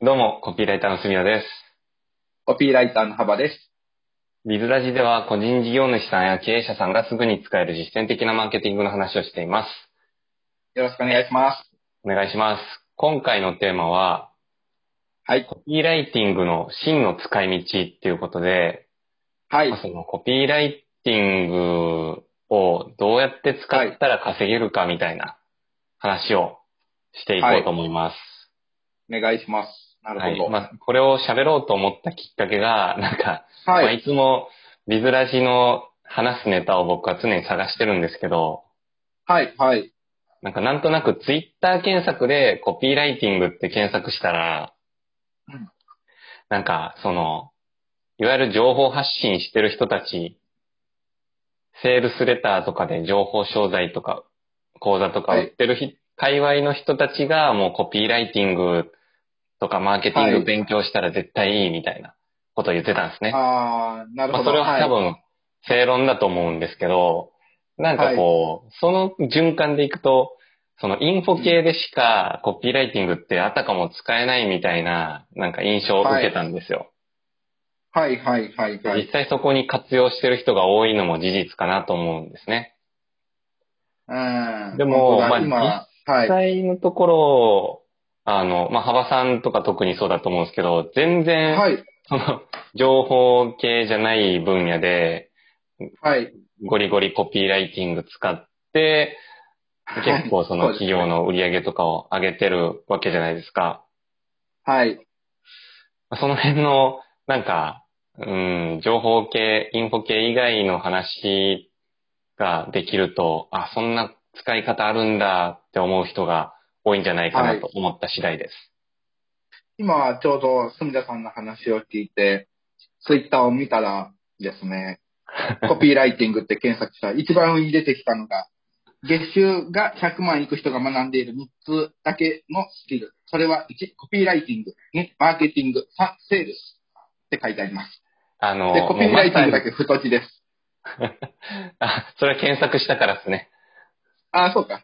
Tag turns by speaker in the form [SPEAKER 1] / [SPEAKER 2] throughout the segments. [SPEAKER 1] どうも、コピーライターのすみやです。
[SPEAKER 2] コピーライターの幅です。
[SPEAKER 1] ビズラジでは個人事業主さんや経営者さんがすぐに使える実践的なマーケティングの話をしています。
[SPEAKER 2] よろしくお願いします。
[SPEAKER 1] お願いします。今回のテーマは、
[SPEAKER 2] はい
[SPEAKER 1] コピーライティングの真の使い道っていうことで、
[SPEAKER 2] はい
[SPEAKER 1] まあ。そのコピーライティングをどうやって使ったら稼げるかみたいな話をしていこうと思います。
[SPEAKER 2] お願いします。な
[SPEAKER 1] はい。
[SPEAKER 2] るほど。
[SPEAKER 1] まあ、これを喋ろうと思ったきっかけが、なんか、いま
[SPEAKER 2] は
[SPEAKER 1] あ、
[SPEAKER 2] い。
[SPEAKER 1] いつも、ビズラジの話すネタを僕は常に探してるんですけど、
[SPEAKER 2] はい。はい。
[SPEAKER 1] なんかなんとなくツイッター検索でコピーライティングって検索したら、
[SPEAKER 2] うん
[SPEAKER 1] なんかその、いわゆる情報発信してる人たち、セールスレターとかで情報商材とか講座とか売ってるひ、界隈の人たちがもうコピーライティングとかマーケティン
[SPEAKER 2] は
[SPEAKER 1] グ
[SPEAKER 2] い
[SPEAKER 1] 勉強したら絶対いいみたいなことを言ってたんですね。
[SPEAKER 2] あー、なる
[SPEAKER 1] ま
[SPEAKER 2] ほ
[SPEAKER 1] あ、
[SPEAKER 2] ど。
[SPEAKER 1] それは多
[SPEAKER 2] はい。
[SPEAKER 1] 分、正論だと思うんですけど、なんかこう、その循環でいくと、そのインフォ系でしかコピーライティングってあたかも使えないみたいな、なんか印象を受けたんですよ。
[SPEAKER 2] はい。はい。はい。はい。
[SPEAKER 1] 実際そこに活用してる人が多いのも事実かなと思うんですね。
[SPEAKER 2] うん。
[SPEAKER 1] でも
[SPEAKER 2] 本当だ
[SPEAKER 1] まあ
[SPEAKER 2] 今、は
[SPEAKER 1] 実
[SPEAKER 2] い。
[SPEAKER 1] 際のところ、あの、まあ、幅さんとか特にそうだと思うんですけど、全然、
[SPEAKER 2] はい。
[SPEAKER 1] その、情報系じゃない分野で、
[SPEAKER 2] はい。
[SPEAKER 1] ゴリゴリコピーライティング使って、 結構その
[SPEAKER 2] はいそ
[SPEAKER 1] 企
[SPEAKER 2] うですね
[SPEAKER 1] 業の売り上げとかを上げてるわけじゃないですか。
[SPEAKER 2] はい。
[SPEAKER 1] その辺の、なんか、うん、情報系、インフォ系以外の話ができると、あ、そんな使い方あるんだって思う人が多いんじゃないかなと思った次第です。
[SPEAKER 2] 今、ちょうど、すみださんの話を聞いて、ツイッターを見たらで すね、コピーライティングって検索したら、一番上に出てきたのが、月収が100万いく人が学んでいる3つだけのスキル。それは1、コピーライティング、2、マーケティング、3、セールスって書いてあります。
[SPEAKER 1] あの、
[SPEAKER 2] で、コピーライティングだ
[SPEAKER 1] け。
[SPEAKER 2] け太字です。
[SPEAKER 1] あ、それは検索したからですね。
[SPEAKER 2] ああ、そうか。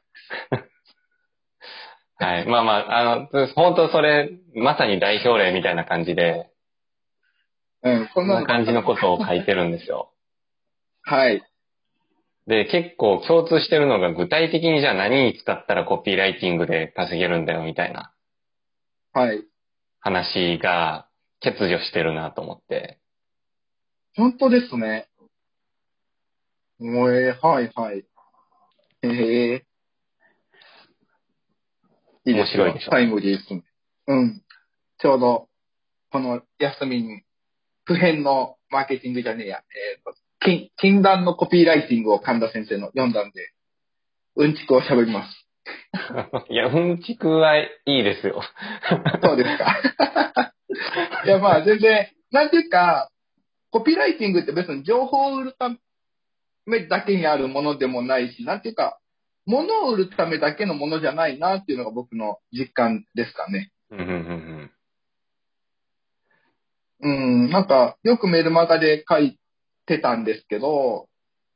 [SPEAKER 1] はい。まあまあ、あの、本当それ、まさに代表例みたいな感じで、
[SPEAKER 2] うん、こ
[SPEAKER 1] こ
[SPEAKER 2] ん
[SPEAKER 1] ん
[SPEAKER 2] な
[SPEAKER 1] な
[SPEAKER 2] の。
[SPEAKER 1] 感じのことを書いてるんですよ。
[SPEAKER 2] はい。
[SPEAKER 1] で、結構共通してるのが具体的にじゃあ何に使ったらコピーライティングで稼げるんだよみたいな
[SPEAKER 2] はい。
[SPEAKER 1] 話が欠如してるなと思って。
[SPEAKER 2] 本当ですね。おえー、はい、はい。へえ。いい
[SPEAKER 1] 面
[SPEAKER 2] ですよ
[SPEAKER 1] 白いでしょ
[SPEAKER 2] タイムリーですね。うん。ちょうど、この休みに、普遍のマーケティングじゃねえや、えっ、と、禁禁断のコピーライティングを神田先生の読んだんで、うんちくを喋ります。
[SPEAKER 1] いや、うんちくはいいですよ。
[SPEAKER 2] そうですか。いや、まあ、全然、なんていうか、コピーライティングって別に情報を売るためだけにあるものでもないし、なんていうか、物を売るためだけのものじゃないなっていうのが僕の実感ですかね。
[SPEAKER 1] うんうんうん
[SPEAKER 2] うん、なんか、よくメルマガで書いてたんですけど、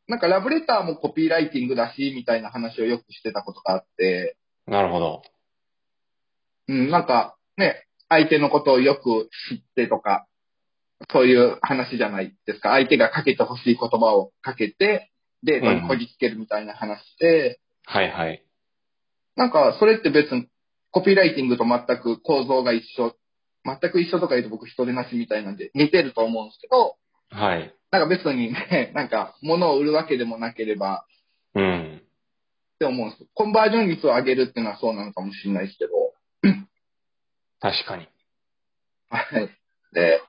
[SPEAKER 2] なんかラブレターもコピーライティングだし、みたいな話をよくしてたことがあって、
[SPEAKER 1] うんなるほど。
[SPEAKER 2] うん、なんかね、相手のことをよく知ってとか、そういう話じゃないですか。相手がかけてほしい言葉をかけて、デートにこぎつけるみたいな話で、
[SPEAKER 1] はいはい。
[SPEAKER 2] なんかそれって別にコピーライティングと全く構造が一緒、全く一緒とか言うと僕人でなしみたいなんで似てると思うんですけど、
[SPEAKER 1] はい。
[SPEAKER 2] なんか別にね、 なんか物を売るわけでもなければ
[SPEAKER 1] うん。
[SPEAKER 2] って思うんです。コンバージョン率を上げるっていうのはそうなのかもしれないですけど、
[SPEAKER 1] 確かに。
[SPEAKER 2] はい。で、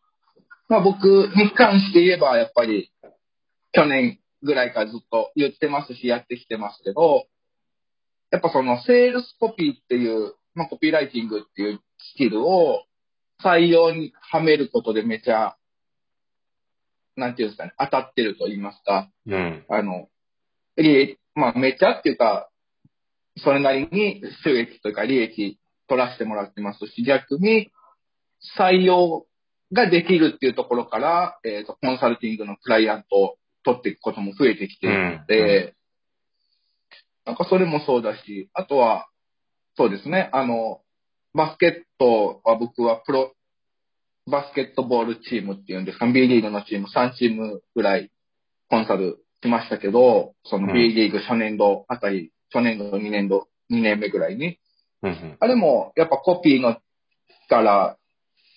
[SPEAKER 2] まあ僕に関して言えば、やっぱり、去年ぐらいからずっと言ってますし、やってきてますけど、やっぱそのセールスコピーっていう、まあコピーライティングっていうスキルを採用にはめることでめちゃ、なんていうんですかね、当たってると言いますか、
[SPEAKER 1] うん。
[SPEAKER 2] あの、利益、まあめちゃっていうか、それなりに収益というか利益取らせてもらってますし、逆に採用ができるっていうところから、えっ、と、コンサルティングのクライアントを取っていくことも増えてきているので、なんかそれもそうだし、あとは、そうですね、あの、バスケットは僕はプロ、バスケットボールチームっていうんですか、B リーグのチーム3チームぐらいコンサルしましたけど、その
[SPEAKER 1] うん
[SPEAKER 2] B リーグ初年度あたり、初年度、2年度、2年目ぐらいに。
[SPEAKER 1] うんうん。
[SPEAKER 2] あれも、やっぱコピーの力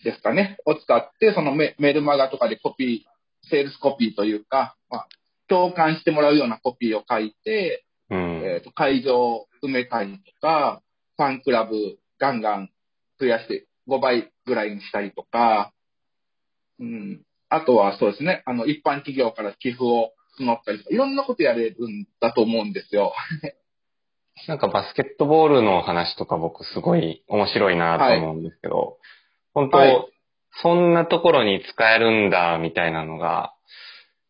[SPEAKER 2] ですかね、を使って、そのメメルマガとかでコピー、セールスコピーというか、まあ、共感してもらうようなコピーを書いて、
[SPEAKER 1] うん。
[SPEAKER 2] えー、と会場を埋めたりとか、ファンクラブガンガン増やして5倍ぐらいにしたりとか、うん、あとはそうですね、あの一般企業から寄付を募ったりとか、いろんなことやれるんだと思うんですよ。
[SPEAKER 1] なんかバスケットボールの話とか僕すごい面白いなと思うんですけど、本当、
[SPEAKER 2] はい
[SPEAKER 1] そんなところに使えるんだみたいなのが、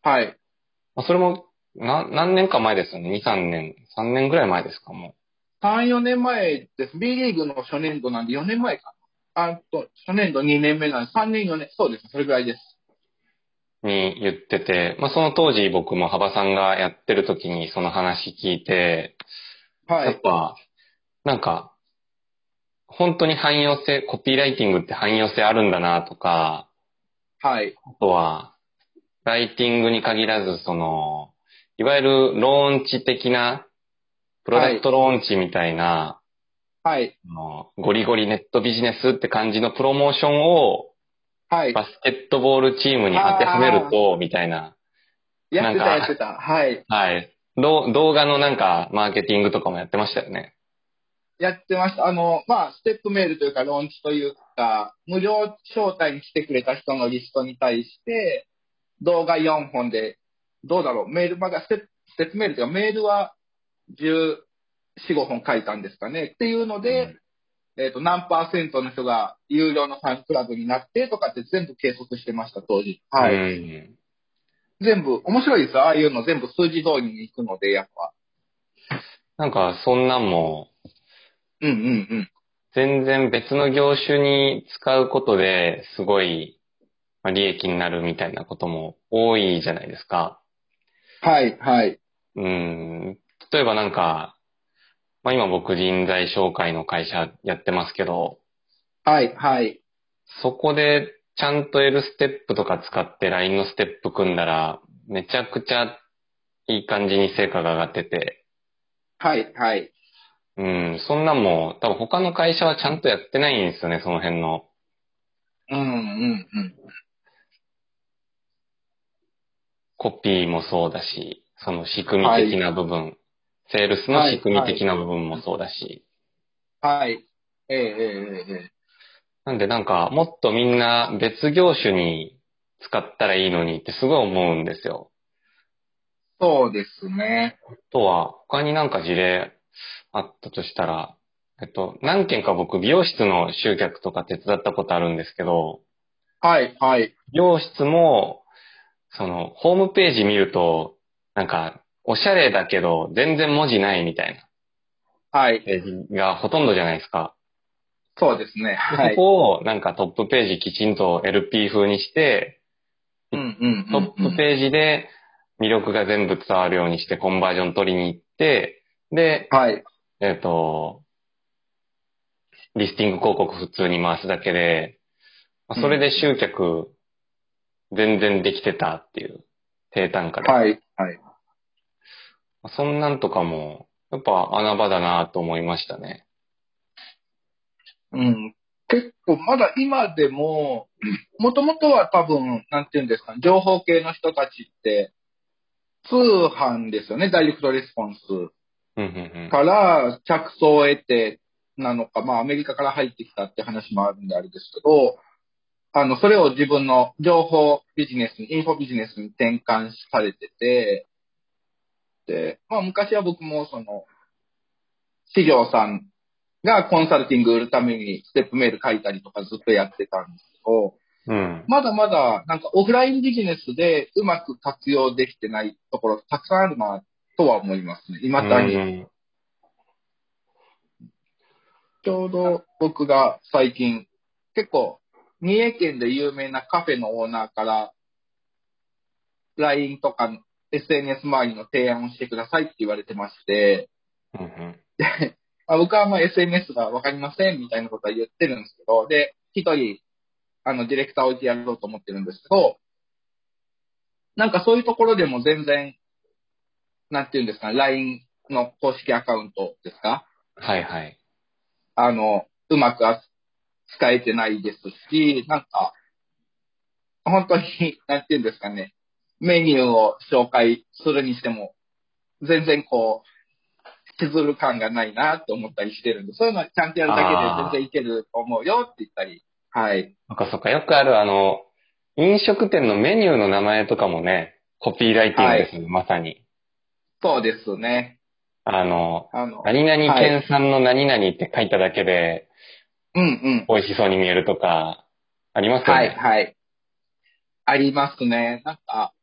[SPEAKER 2] はい。
[SPEAKER 1] まあそれもな何年か前ですよね。2、3年、3年ぐらい前ですか、も
[SPEAKER 2] 3、4年前です。B リーグの初年度なんで4年前かな。あと、初年度2年目なんで3年4年、そうですね、それぐらいです。
[SPEAKER 1] う。に言ってて、まあその当時僕も幅さんがやってる時にその話聞いて、
[SPEAKER 2] は
[SPEAKER 1] やっ
[SPEAKER 2] い。
[SPEAKER 1] ぱ、なんか、本当に汎用性、コピーライティングって汎用性あるんだなとか、
[SPEAKER 2] はい。
[SPEAKER 1] あとは、ライティングに限らず、その、いわゆるローンチ的な、プロダクトローンチみたいな、
[SPEAKER 2] はい。
[SPEAKER 1] あのゴリゴリネットビジネスって感じのプロモーションを
[SPEAKER 2] はい。
[SPEAKER 1] バスケットボールチームに当てはめると、みたいな、
[SPEAKER 2] やってた、
[SPEAKER 1] なんか
[SPEAKER 2] やってた。はい。
[SPEAKER 1] はい。どう動画のなんか、マーケティングとかもやってましたよね。
[SPEAKER 2] やってました。あの、まあ、ステップメールというか、ローンチというか、無料招待に来てくれた人のリストに対して、動画4本で、どうだろう、メールまだステップ、ステップメールというか、メールは14、5本書いたんですかね。っていうので、えっ、と、何パーセントの人が有料のファンクラブになってとかって全部計測してました、当時。はい。
[SPEAKER 1] うん
[SPEAKER 2] 全部、面白いですよ。ああいうの全部数字通りに行くので、やっぱ。
[SPEAKER 1] なんか、そんなんも、
[SPEAKER 2] うんうんうん。
[SPEAKER 1] 全然別の業種に使うことですごいまあ利益になるみたいなことも多いじゃないですか。
[SPEAKER 2] はい、はい。
[SPEAKER 1] うん。例えばなんか、まあ今僕人材紹介の会社やってますけど、
[SPEAKER 2] はい、はい。
[SPEAKER 1] そこでちゃんと L ステップとか使って LINE のステップ組んだら、めちゃくちゃいい感じに成果が上がってて、
[SPEAKER 2] はい、はい。
[SPEAKER 1] うん、そんなんも多分他の会社はちゃんとやってないんですよね、その辺の。
[SPEAKER 2] うんうんうん。
[SPEAKER 1] コピーもそうだし、その仕組み的な部分、セールスの仕組み的な部分もそうだし、
[SPEAKER 2] はい。ええええええ
[SPEAKER 1] なんでなんかもっとみんな別業種に使ったらいいのにってすごい思うんですよ。
[SPEAKER 2] そうですね。
[SPEAKER 1] あとは他になんか事例あったとしたら、えっと、何件か僕美容室の集客とか手伝ったことあるんですけど、
[SPEAKER 2] はい、はい。
[SPEAKER 1] 美容室も、その、ホームページ見ると、なんか、おしゃれだけど、全然文字ないみたいな
[SPEAKER 2] はい。
[SPEAKER 1] ページがほとんどじゃないですか。
[SPEAKER 2] そうですね。は
[SPEAKER 1] そ
[SPEAKER 2] い。
[SPEAKER 1] こをなんかトップページきちんと LP 風にして、
[SPEAKER 2] うんうん
[SPEAKER 1] トップページで魅力が全部伝わるようにしてコンバージョン取りに行って、で、
[SPEAKER 2] はい。
[SPEAKER 1] えっ、と、リスティング広告普通に回すだけで、まあそれで集客全然できてたっていう低単価で。
[SPEAKER 2] はい。はい。
[SPEAKER 1] まあそんなんとかも、やっぱ穴場だなと思いましたね。
[SPEAKER 2] うん。結構まだ今でも、もともとは多分、なんていうんですか、情報系の人たちって、通販ですよね、ダイレクトレスポンス
[SPEAKER 1] うんうん
[SPEAKER 2] から着想を得てなのか、まあアメリカから入ってきたって話もあるんであれですけど、あの、それを自分の情報ビジネスに、インフォビジネスに転換されてて、で、まあ昔は僕もその、企業さんがコンサルティング売るためにステップメール書いたりとかずっとやってたんですけど、
[SPEAKER 1] うん。うん。
[SPEAKER 2] まだまだなんかオフラインビジネスでうまく活用できてないところたくさんあるなとは思いますね。今だに。
[SPEAKER 1] うん
[SPEAKER 2] ちょうど僕が最近、結構、三重県で有名なカフェのオーナーから、LINE とか SNS 周りの提案をしてくださいって言われてまして、
[SPEAKER 1] うんうん。
[SPEAKER 2] まあ、僕はまあ SNS がわかりませんみたいなことは言ってるんですけど、で、一人、あの、ディレクターを置いてやろうと思ってるんですけど、なんかそういうところでも全然、なんていうんですか、LINE の公式アカウントですか
[SPEAKER 1] はいはい。
[SPEAKER 2] あの、うまくあ使えてないですし、なんか、本当に、 なんていうんですかね、メニューを紹介するにしても、全然こう、しずる感がないなって思ったりしてるんで、そういうのちゃんとやるだけで全然いけると思うよって言ったり、はい。
[SPEAKER 1] なんかそっか、よくあるあの、飲食店のメニューの名前とかもね、コピーライティングですね、まさに。
[SPEAKER 2] そうですね。
[SPEAKER 1] あの、
[SPEAKER 2] あの、
[SPEAKER 1] 何々県産の何々って書いただけで、
[SPEAKER 2] うんうん。
[SPEAKER 1] 美味しそうに見えるとか、ありますよね。
[SPEAKER 2] はい、はい。ありますね。なんか、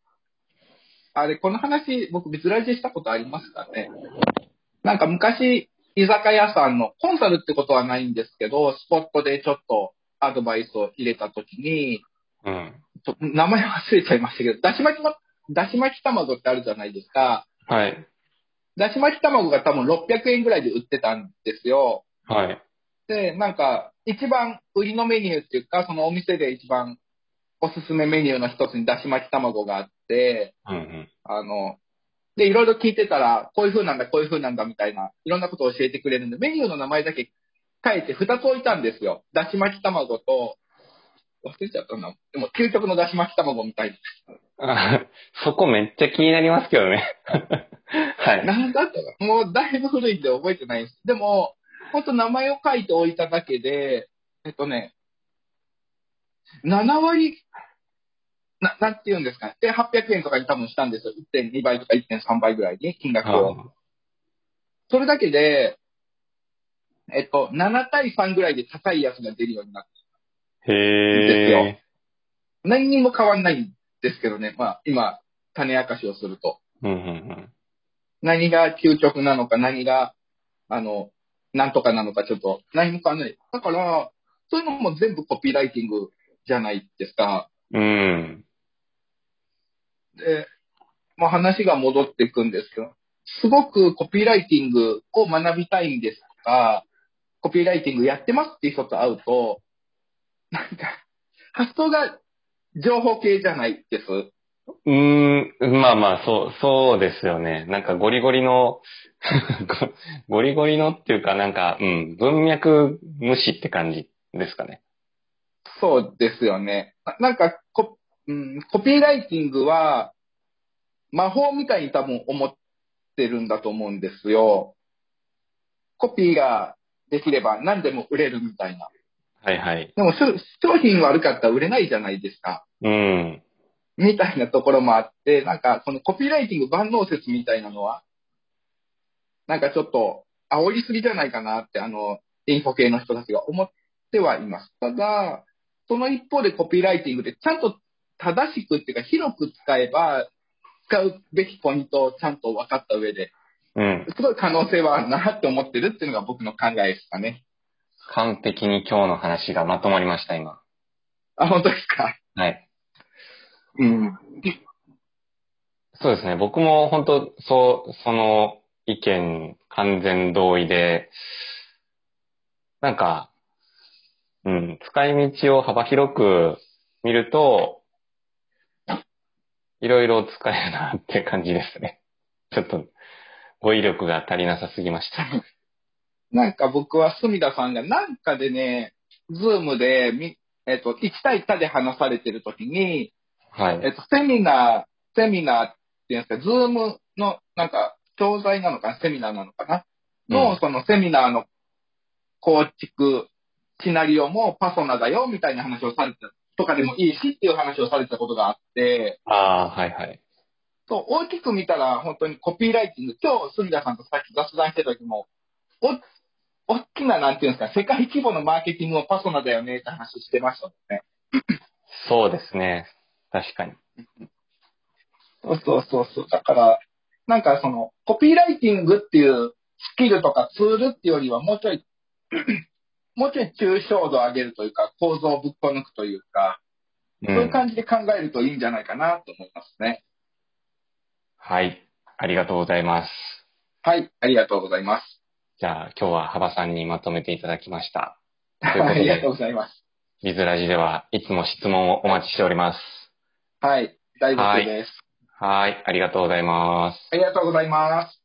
[SPEAKER 2] あれ、この話、僕、別ラジでしたことありますかね。なんか昔、居酒屋さんの、コンサルってことはないんですけど、スポットでちょっとアドバイスを入れたときに、
[SPEAKER 1] うん。
[SPEAKER 2] ちょ名前忘れちゃいましたけど、だし巻きの、だし巻き卵ってあるじゃないですか。
[SPEAKER 1] はい。
[SPEAKER 2] だし巻き卵が多分600円ぐらいで売ってたんですよ。
[SPEAKER 1] はい。
[SPEAKER 2] で、なんか、一番売りのメニューっていうか、そのお店で一番おすすめメニューの一つにだし巻き卵があって、
[SPEAKER 1] うんうん。
[SPEAKER 2] あの、で、いろいろ聞いてたら、こういう風なんだ、こういう風なんだみたいな、いろんなことを教えてくれるんで、メニューの名前だけ書いて2つ置いたんですよ。だし巻き卵と、忘れちゃったな。でも、究極のだし巻き卵みたい
[SPEAKER 1] あそこめっちゃ気になりますけどね。 はい。
[SPEAKER 2] な。なんだったかなもう、だいぶ古いんで覚えてないんです。でも、ほんと名前を書いておいただけで、えっとね、7割、な、なんて言うんですかね。で、800円とかに多分したんですよ。1.2倍とか1.3倍ぐらいに金額を。それだけで、えっと、7対3ぐらいで高いやつが出るようになって、
[SPEAKER 1] へえ。
[SPEAKER 2] 何にも変わんないんですけどね。まあ、今、種明かしをすると。
[SPEAKER 1] うんうん
[SPEAKER 2] 何が究極なのか、何が、あの、なんとかなのか、ちょっと、何も変わんない。だから、そういうのも全部コピーライティングじゃないですか。
[SPEAKER 1] うん。うん。
[SPEAKER 2] で、まあ話が戻っていくんですけど、すごくコピーライティングを学びたいんですが、コピーライティングやってますっていう人と会うと、なんか、発想が情報系じゃないです。
[SPEAKER 1] うーん、まあまあ、そう、そうですよね。なんかゴリゴリの、 ゴリゴリのっていうかなんか、うん、文脈無視って感じですかね。
[SPEAKER 2] そうですよね。ななんかコ、うん、コピーライティングは、魔法みたいに多分思ってるんだと思うんですよ。コピーができれば何でも売れるみたいな。
[SPEAKER 1] はいはい。
[SPEAKER 2] でもしょ商品悪かったら売れないじゃないですか。
[SPEAKER 1] うん。
[SPEAKER 2] みたいなところもあって、なんかこのコピーライティング万能説みたいなのは、なんかちょっと煽りすぎじゃないかなって、あの、インフォ系の人たちが思ってはいます。ただ、その一方でコピーライティングでちゃんと正しくっていうか広く使えば、使うべきポイントをちゃんと分かった上で、
[SPEAKER 1] うん。
[SPEAKER 2] すごい可能性はあるなって思ってるっていうのが僕の考えですかね。
[SPEAKER 1] 完璧に今日の話がまとまりました、今。
[SPEAKER 2] あ、本当ですか。
[SPEAKER 1] はい。
[SPEAKER 2] うん。
[SPEAKER 1] そうですね。僕も本当、そう、その意見完全同意で、なんか、うん、使い道を幅広く見ると、いろいろ使えるなって感じですね。 ちょっと、語彙力が足りなさすぎました。
[SPEAKER 2] なんか僕は隅田さんがなんかでね、ズームでみ、えっと、1対1で話されてる時に、
[SPEAKER 1] はい。
[SPEAKER 2] えっと、セミナー、セミナーっていうんですか、ズームのなんか、教材なのかな、セミナーなのかなの、
[SPEAKER 1] うん
[SPEAKER 2] そのセミナーの構築、シナリオもパソナだよ、みたいな話をされた、とかでもいいしっていう話をされたことがあって、
[SPEAKER 1] ああ、はいはい。
[SPEAKER 2] そう、大きく見たら本当にコピーライティング、今日、住田さんとさっき雑談してた時も、お、大きな、なんていうんですか、世界規模のマーケティングをパソナだよねって話してましたもんね。
[SPEAKER 1] そうですね。確かに。
[SPEAKER 2] そうそうそうそう。だから、なんかその、コピーライティングっていうスキルとかツールっていうよりは、もうちょい、 もうちょい抽象度を上げるというか、構造をぶっこ抜くというか、
[SPEAKER 1] う。
[SPEAKER 2] そういうん感じで考えるといいんじゃないかなと思いますね。
[SPEAKER 1] はい。ありがとうございます。
[SPEAKER 2] はい、ありがとうございます。
[SPEAKER 1] じゃあ今日は幅さんにまとめていただきました。 ということ
[SPEAKER 2] あ
[SPEAKER 1] で
[SPEAKER 2] りがとうございます。
[SPEAKER 1] ビズラジではいつも質問をお待ちしております。
[SPEAKER 2] はい。大丈夫です。
[SPEAKER 1] はい、ありがとうございます。
[SPEAKER 2] ありがとうございます。